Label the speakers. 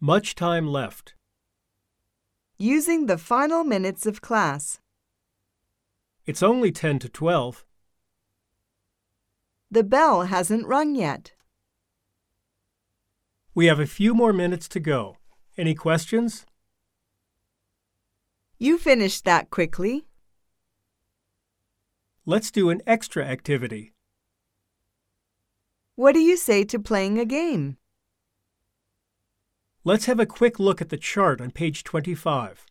Speaker 1: Much time left.
Speaker 2: Using the final minutes of class.
Speaker 1: It's only 10 to 12.
Speaker 2: The bell hasn't rung yet.
Speaker 1: We have a few more minutes to go. Any questions?
Speaker 2: You finished that quickly.
Speaker 1: Let's do an extra activity.
Speaker 2: What do you say to playing a game?
Speaker 1: Let's have a quick look at the chart on page 25.